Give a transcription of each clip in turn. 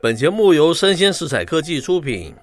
本节目由生鲜食材科技出品，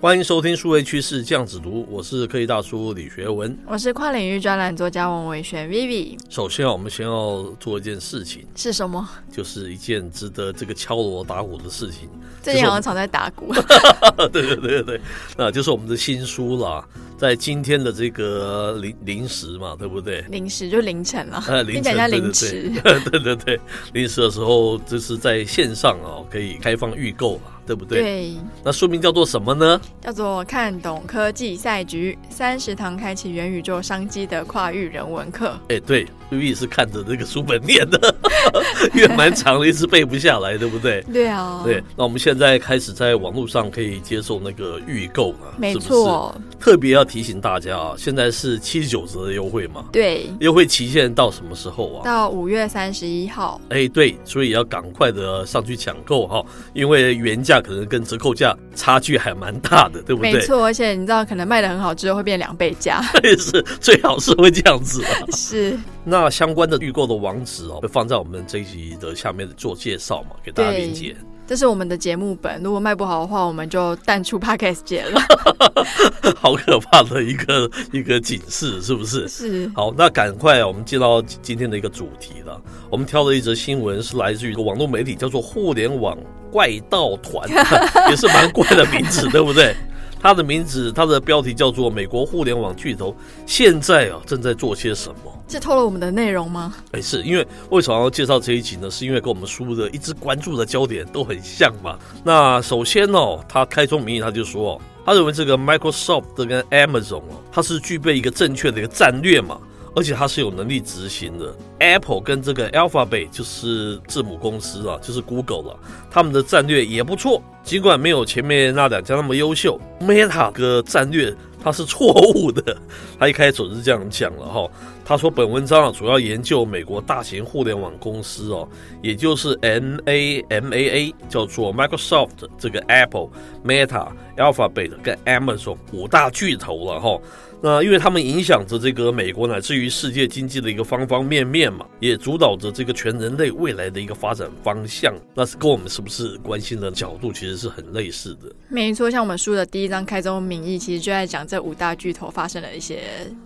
欢迎收听数位趋势酱子读，我是科技大叔李学文。我是跨领域专栏作家王伟璇 Vivi，首先啊，我们先要做一件事情，是什么？就是一件值得这个敲锣打鼓的事情。 最近好像常在打鼓， 对对对对对，那就是我们的新书啦，在今天的这个零零时嘛，对不对？零时就凌晨了，呃，听凌起晨来像对凌对迟。对 对对对，临时的时候就是在线上啊，可以开放预购嘛，对不对？对，那书名叫做什么呢？叫做看懂科技赛局，三十堂开启元宇宙商机的跨域人文课。哎，对，Vivi 是看着这个书本念的， 因为蛮长的，一直背不下来，对不对？对啊，对，，那我们现在开始在网络上可以接受那个预购嘛，没是不是错，特别要提醒大家啊，现在是七十九折的优惠嘛，对，优惠期限到什么时候啊？到五月三十一号，哎，对，所以要赶快的上去抢购哈、因为原价可能跟折扣价差距还蛮大的，对不没对？ 错，而且你知道，可能卖的很好之后会变两倍价，是最好是会这样子啊。是那相关的预购的网址哦，会放在我们这一集的下面做介绍嘛，给大家连接。这是我们的节目本，如果卖不好的话，我们就淡出 Podcast 节了。 好可怕的一个一个警示，是不是？是，好，那赶快啊我们进到今天的一个主题了。我们挑了一则新闻，是来自于一个网络媒体，叫做“互联网怪盗团”， 也是蛮怪的名字，对不对？它的名字，它的标题叫做“美国互联网巨头现在啊正在做些什么”。是透露我们的内容吗？哎，是因为为什么要介绍这一集呢？是因为跟我们书的一直关注的焦点都很像嘛。那首先哦，他开宗明义他就说、哦，他认为这个 Microsoft 跟 Amazon 哦，它是具备一个正确的一个战略嘛，而且它是有能力执行的。Apple 跟这个 Alphabet 就是字母公司啊，就是 Google 了、他们的战略也不错，尽管没有前面那两家那么优秀。Meta 的战略它是错误的，他一开始总是这样讲了哈、他说，本文章啊主要研究美国大型互联网公司哦，也就是 M A M A A，叫做 Microsoft、这个 Apple、Meta、Alphabet 跟 Amazon 五大巨头了哈、那因为他们影响着这个美国乃至于世界经济的一个方方面面嘛，也主导着这个全人类未来的一个发展方向。那是跟我们是不是关心的角度其实是很类似的。没错，像我们书的第一章开宗明义，其实就在讲这五大巨头发生的一些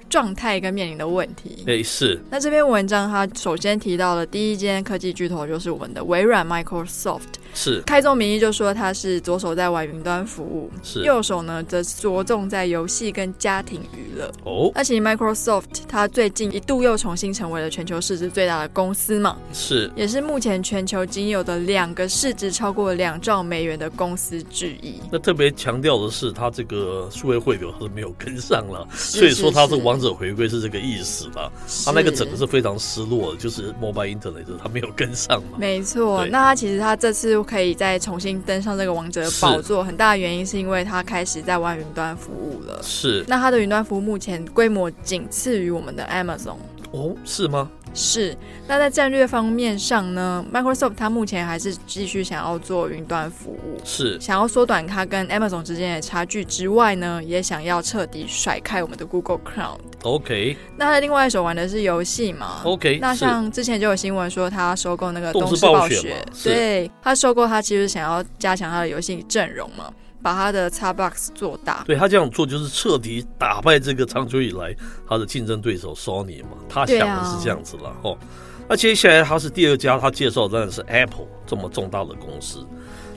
状态跟面临的问题。类似那这篇文章它首先提到了第一间科技巨头就是我们的微软 Microsoft，是开宗明义就说它是左手在玩云端服务，是右手呢则着重在游戏跟家庭娱乐。哦，那其实 Microsoft 它最近一度又重新成为了全球市值最大的公司嘛，是也是目前全球仅有的两个市值超过两兆美元的公司之一。那特别强调的是，它这个数位汇流它是没有跟上了，是所以说它是是王者回归是这个意思啦。它那个整个是非常失落的，就是 mobile internet 就是它没有跟上嘛。没哦错，对那他其实他这次可以再重新登上这个王者的宝座，很大的原因是因为他开始在玩云端服务了。是那他的云端服务目前规模仅次于我们的 Amazon。哦，是吗？是，那在战略方面上呢，Microsoft 它目前还是继续想要做云端服务，是想要缩短它跟 Amazon 之间的差距之外呢，也想要彻底甩开我们的 Google Cloud。 OK 那他另外一手玩的是游戏嘛 OK，那是像之前就有新闻说他收购那个动东视视暴暴雪嘛是对他收购他其实想要加强他的游戏阵容嘛，把他的 Xbox 做大。对他这样做就是彻底打败这个长久以来他的竞争对手 Sony 嘛，他想对的啊是这样子了哦。那接下来他是第二家，他介绍的当然是 Apple 这么重大的公司。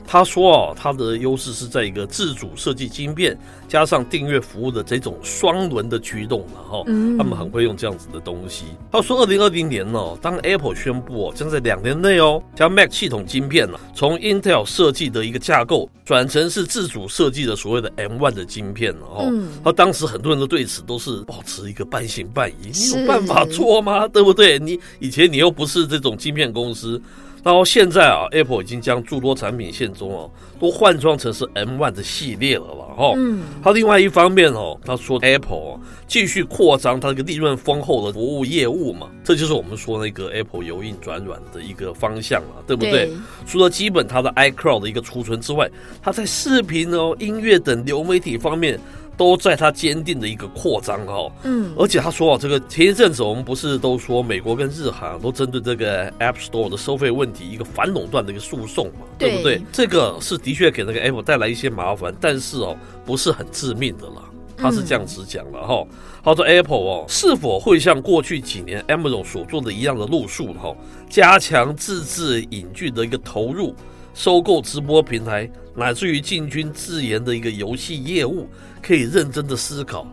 他说哦，他的优势是在一个自主设计晶片加上订阅服务的这种双轮的驱动了哈、哦。嗯他们很会用这样子的东西。他说，二零二零年哦，当 Apple 宣布哦，将在两年内哦，将 Mac 系统晶片呢、啊从 Intel 设计的一个架构转成是自主设计的所谓的 M1 的晶片了哦。嗯他当时很多人都对此都是保持一个半信半疑，是你有办法做吗？对不对？你以前你又不是这种晶片公司。然后现在啊，Apple 已经将诸多产品线中哦，都换装成是 M1 的系列了了哈、哦。嗯，他另外一方面哦，他说 Apple 哦继续扩张它这个利润丰厚的服务业务嘛，这就是我们说那个 Apple 由硬转软的一个方向嘛，对不对？除了基本它的 iCloud 的一个储存之外，它在视频哦、音乐等流媒体方面，都在它坚定的一个扩张哈、哦。嗯，而且他说啊，这个前一阵子我们不是都说美国跟日韩啊都针对这个 App Store 的收费问题一个反垄断的一个诉讼嘛，对对不对？这个是的确给那个 Apple 带来一些麻烦，但是哦，不是很致命的啦。他是这样子讲了哈，他说 Apple 哦，是否会像过去几年 Amazon 所做的一样的路数哈，加强自制影剧的一个投入，收购直播平台，乃至于进军自研的一个游戏业务，可以认真的思考，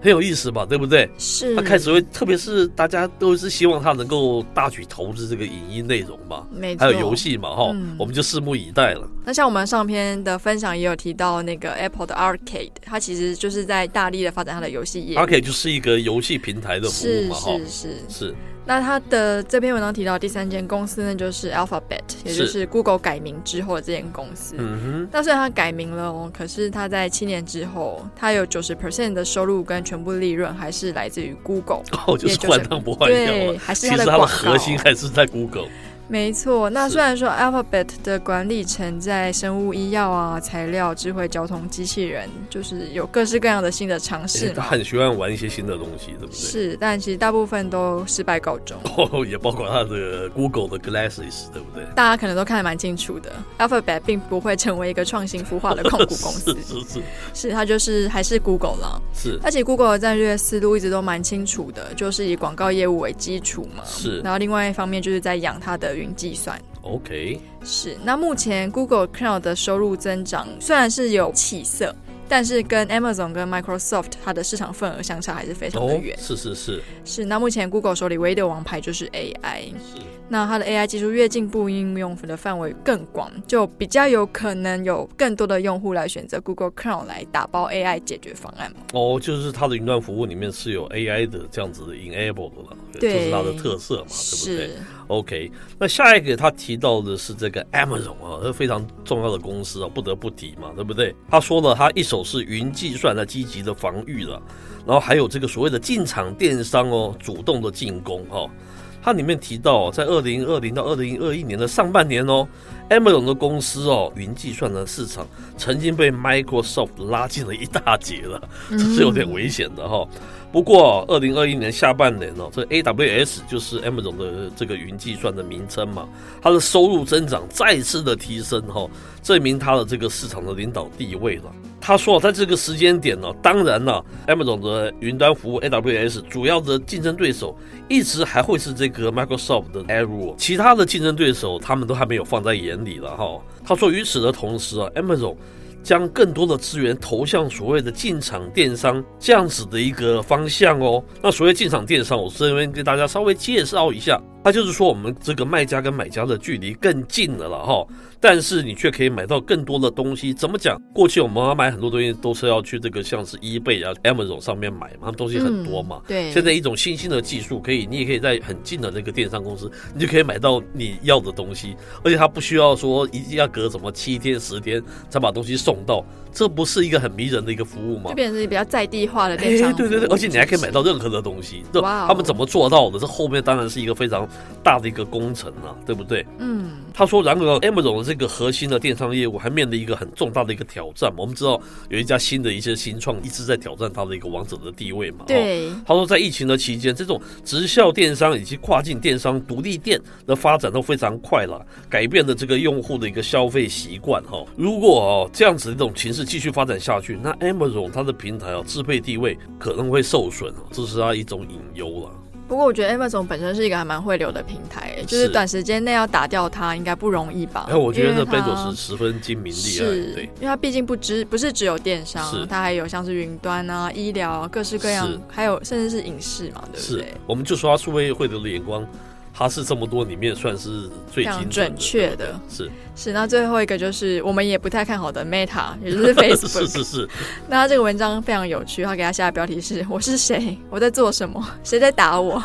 很有意思吧，对不对？是。他开始会，特别是大家都是希望他能够大举投资这个影音内容嘛，没错，还有游。戏嘛，哈嗯，我们就拭目以待了。那像我们上篇的分享也有提到那个 Apple 的 Arcade，它其实就是在大力的发展它的游戏业务。它可以就是一个游戏平台的服务是嘛，哈，是是。是那它的这篇文章提到第三间公司呢，就是 Alphabet，也就是 Google 改名之后的这间公司。嗯那虽然它改名了哦，可是它在七年之后，它有九十 percent 的收入跟全部利润还是来自于 Google，哼，哦，就是换汤不换药对，了。还是其它实的它广的告。核心还是在 Google， 没错，那是虽然说 Alphabet 的管理层在生物医药啊、材料、智慧交通、机器人，就是有各式各样的新的尝试它嘛，很喜欢玩一些新的东西，对不 对？是，但其实大部分都失败告终。哦，也包括它的 Google 的 Glasses，对不对？大家可能都看得蛮清楚的，Alphabet 并不会成为一个创新孵化的控股公司， 是是是是它就是还是 Google 啦。是而且 Google 的战略思路一直都蛮清楚的，就是以广告业务为基础嘛。是然后另外一方面就是在养它的云计算。 ，OK，是。那目前 Google Cloud 的收入增长虽然是有起色，但是跟 Amazon 跟 Microsoft 它的市场份额相差还是非常的哦远，。是是是是。那目前 Google 手里唯一的王牌就是 AI。是，那它的 AI 技术越进步，应用的范围更广，就比较有可能有更多的用户来选择 Google Cloud 来打包 AI 解决方案嘛。哦，就是它的云端服务里面是有 AI 的这样子的 enable 的了，对这是它的特色嘛，对不对是， ？OK，那下一个他提到的是这个 Amazon 啊，这非常重要的公司啊，不得不提嘛，对不对？他说了，他一手是云计算的积极的防御了，然后还有这个所谓的进场电商哦，主动的进攻哈、哦。它里面提到，哦在二零二零到二零二一年的上半年哦，Amazon 的公司哦，云计算的市场曾经被 Microsoft 拉进了一大截了。这这是有点危险的哈、不过，二零二一年下半年哦，这 AWS 就是 Amazon 的这个云计算的名称嘛，它的收入增长再次的提升哈、证明它的这个市场的领导地位了。他说，在这个时间点呢、当然了、a m a z o n 的云端服务 AWS 主要的竞争对手一直还会是这个 Microsoft 的 Azure，其他的竞争对手他们都还没有放在眼里了哈、他说，与此的同时啊，Amazon 将更多的资源投向所谓的进场电商这样子的一个方向哦。那所谓进场电商，我这边跟大家稍微介绍一下，它就是说我们这个卖家跟买家的距离更近了了哈，但是你却可以买到更多的东西。怎么讲？过去我们要买很多东西都是要去这个像是 eBay 啊、Amazon 上面买嘛，他们东西很多嘛。嗯对，现在一种新兴的技术，可以你也可以在很近的那个电商公司，你就可以买到你要的东西，而且它不需要说一定要隔什么七天十天才把东西送到，这不是一个很迷人的一个服务吗就？变成是比较在地化 的电商服务、哎对对对，而且你还可以是买到任何的东西，这哇哦他们怎么做到的？这后面当然是一个非常大的一个工程啊，对不对？嗯，他说，然而 Amazon 的这个核心的电商业务还面临一个很重大的一个挑战嘛。我们知道有一家新的一些新创一直在挑战它的一个王者的地位嘛。哦对，他说，在疫情的期间，这种直销电商以及跨境电商、独立店的发展都非常快了，改变了这个用户的一个消费习惯哈、如果哦这样子的一种情势继续发展下去，那 Amazon 它的平台哦支配地位可能会受损哦，这是它一种隐忧了。不过我觉得 Amazon 本身是一个还蛮会流的平台，就是是短时间内要打掉它应该不容易吧？哎，我觉得因为那它贝佐斯十分精明厉害，是，对因。为它毕竟不只不是只有电是商，它还有像是云端啊、医疗啊，各式各样是，还有甚至是影视嘛，对不是对？，我们就说他数位会的眼光，他是这么多里面算是最非精常准准的确的。是是，那最后一个就是我们也不太看好的 Meta，也就是是 Facebook。 是是，那 他这个文章非常有趣，他给他下的标题是“我是谁？我在做什么？谁在打我？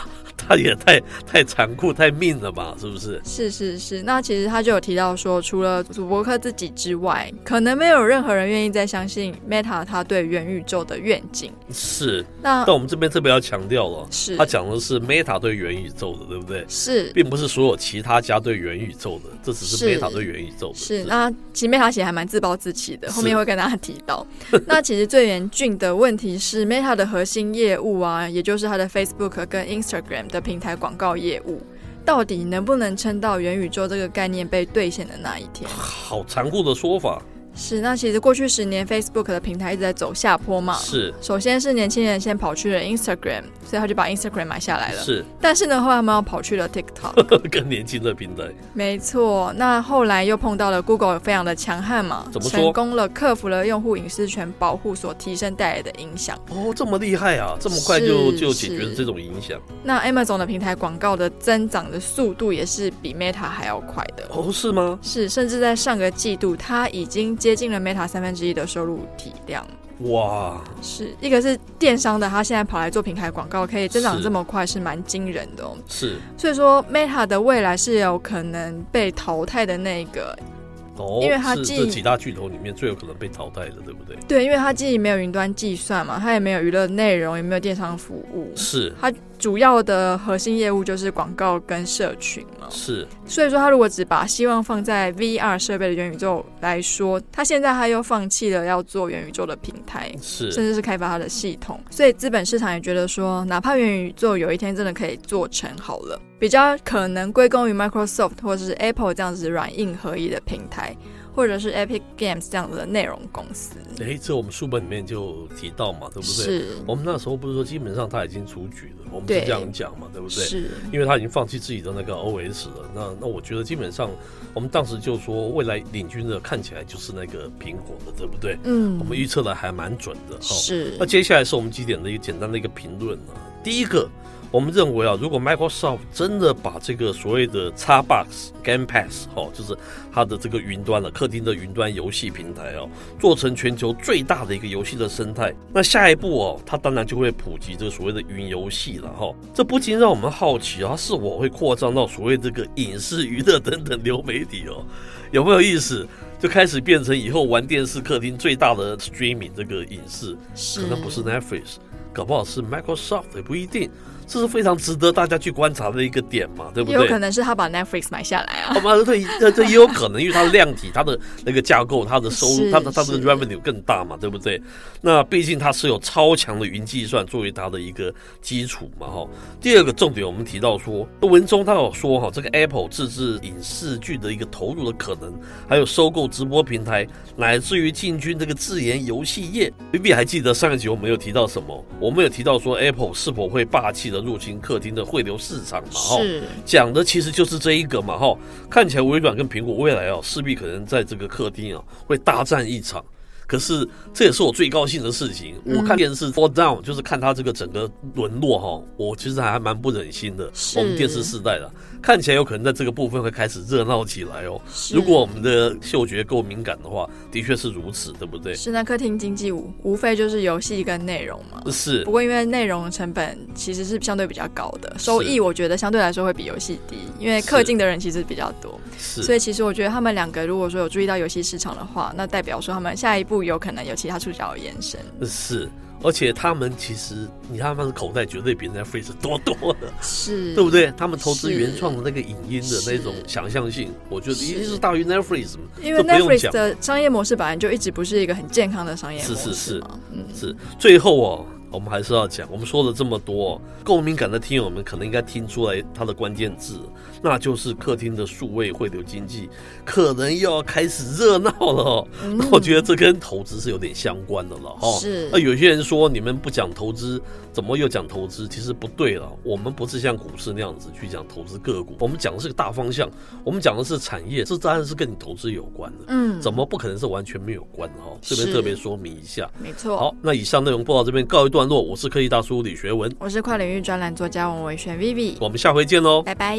他也太太残酷、太命了吧？是不是？是是是，那其实他就有提到说，除了祖伯克自己之外，可能没有任何人愿意再相信 Meta 他对元宇宙的愿景。是。那但我们这边特别要强调了，是他讲的是 Meta 对元宇宙的，对不对？是并不是所有其他家对元宇宙的，这只是是 Meta 对元宇宙的。是，那其实 Meta 其实还蛮自暴自弃的，是后面会跟大家提到。 那其实最严峻的问题是 Meta 的核心业务啊，也就是它的 Facebook 跟 Instagram 的平台广告业务，到底能不能撑到元宇宙这个概念被兑现的那一天？好残酷的说法。是，那其实过去十年 Facebook 的平台一直在走下坡嘛。是首先是年轻人先跑去了 Instagram，所以他就把 Instagram 买下来了。是， 但是呢，后来他们又跑去了 TikTok，更年轻的平台。没错。那后来又碰到了 Google 非常的强悍嘛，怎么说成功了克服了用户隐私权保护所提升带来的影响。哦，这么厉害啊！这么快就是就解决了是这种影响。那 Amazon 的平台广告的增长的速度也是比 Meta 还要快的。哦，是吗？是，甚至在上个季度，它已经接近了 Meta 三分之一的收入体量。哇，是一个是电商的，它现在跑来做平台广告，可以增长是这么快，是蛮惊人的哦。是所以说，Meta 的未来是有可能被淘汰的那一个，哦，因为它是既这几大巨头里面最有可能被淘汰的，对不对？对，因为它既没有云端计算嘛，它也没有娱乐内容，也没有电商服务，是主要的核心业务就是广告跟社群嘛。是所以说，它如果只把希望放在 VR 设备的元宇宙来说，它现在它又放弃了要做元宇宙的平台，是甚至是开发它的系统。所以资本市场也觉得说，哪怕元宇宙有一天真的可以做成好了，比较可能归功于 Microsoft 或者是 Apple 这样子软硬合一的平台，或者是 Epic Games 这样子的内容公司。哎，这我们书本里面就提到嘛，对不对？是我们那时候不是说基本上他已经出局了，我们是对这样讲嘛，对不对？是因为他已经放弃自己的那个 OS 了，那那我觉得基本上，我们当时就说未来领军的看起来就是那个苹果了，对不对？嗯我们预测的还蛮准的哦哈。是那接下来是我们几点的一个简单的一个评论啊。第一个，我们认为啊，如果 Microsoft 真的把这个所谓的 Xbox Game Pass 哦，就是它的这个云端了，客厅的云端游戏平台哦，做成全球最大的一个游戏的生态，那下一步哦，它当然就会普及这个所谓的云游戏了哈、哦。这不禁让我们好奇啊，它是否会扩张到所谓这个影视、娱乐等等流媒体哦？有没有意思？就开始变成以后玩电视客厅最大的 streaming 这个影视，是可能不是 Netflix，搞不好是 Microsoft 也不一定，这是非常值得大家去观察的一个点嘛，对不也有对可？能是他把 Netflix 买下 来啊。好吗？对，这这也有可能，因为它的量体、它的那个架构、它的收入、是它的它的是 revenue 更大嘛，对不对？那毕竟它是有超强的云计算作为它的一个基础嘛，哈。第二个重点，我们提到说，文中他有说哈，这个 Apple 自制影视剧的一个投入的可能，还有收购直播平台，乃至于进军这个自研游戏业。B B 还记得上一集我们有提到什么？我们有提到说 Apple 是否会霸气的入侵客厅的汇流市场嘛？哈。是讲的其实就是这一个嘛哈。看起来微软跟苹果未来哦，势必可能在这个客厅啊会大战一场。可是这也是我最高兴的事情。嗯我看电视 fall down，就是看它这个整个沦落哈、我其实还蛮不忍心的。是我们电视世代了，看起来有可能在这个部分会开始热闹起来哦。是如果我们的嗅觉够敏感的话，的确是如此，对不对？是那客厅经济无无非就是游戏跟内容嘛。是不过因为内容成本其实是相对比较高的，收益我觉得相对来说会比游戏低，因为氪金的人其实比较多，所是以其实我觉得他们两个如果说有注意到游戏市场的话，那代表说他们下一步有可能有其他触角的延伸。是，而且他们其实你看他们的口袋绝对比 Netflix 多多了。是，对不？对？他们投资是原创的那个影音的那种是想象性，我觉得一定是是大于 Netflix 嘛。因为这不用 Netflix 讲的商业模式本来就一直不是一个很健康的商业模是是式是嘛嗯，是，最后哦，我们还是要讲，我们说了这么多哦，够敏感的听友们可能应该听出来它的关键字，那就是客厅的数位汇流经济可能又要开始热闹了、哦。嗯那我觉得这跟投资是有点相关的了哈、哦。是那有些人说你们不讲投资，怎么又讲投资？其实不对了，我们不是像股市那样子去讲投资个股，我们讲的是个大方向，我们讲的是产业，这当然是跟你投资有关的，嗯，怎么不可能是完全没有关的哈、这边是特别说明一下。没错。好，那以上内容播到这边告一段落，我是科技大叔李学文，我是跨领域专栏作家王维轩 Vivi，我们下回见喽。拜拜。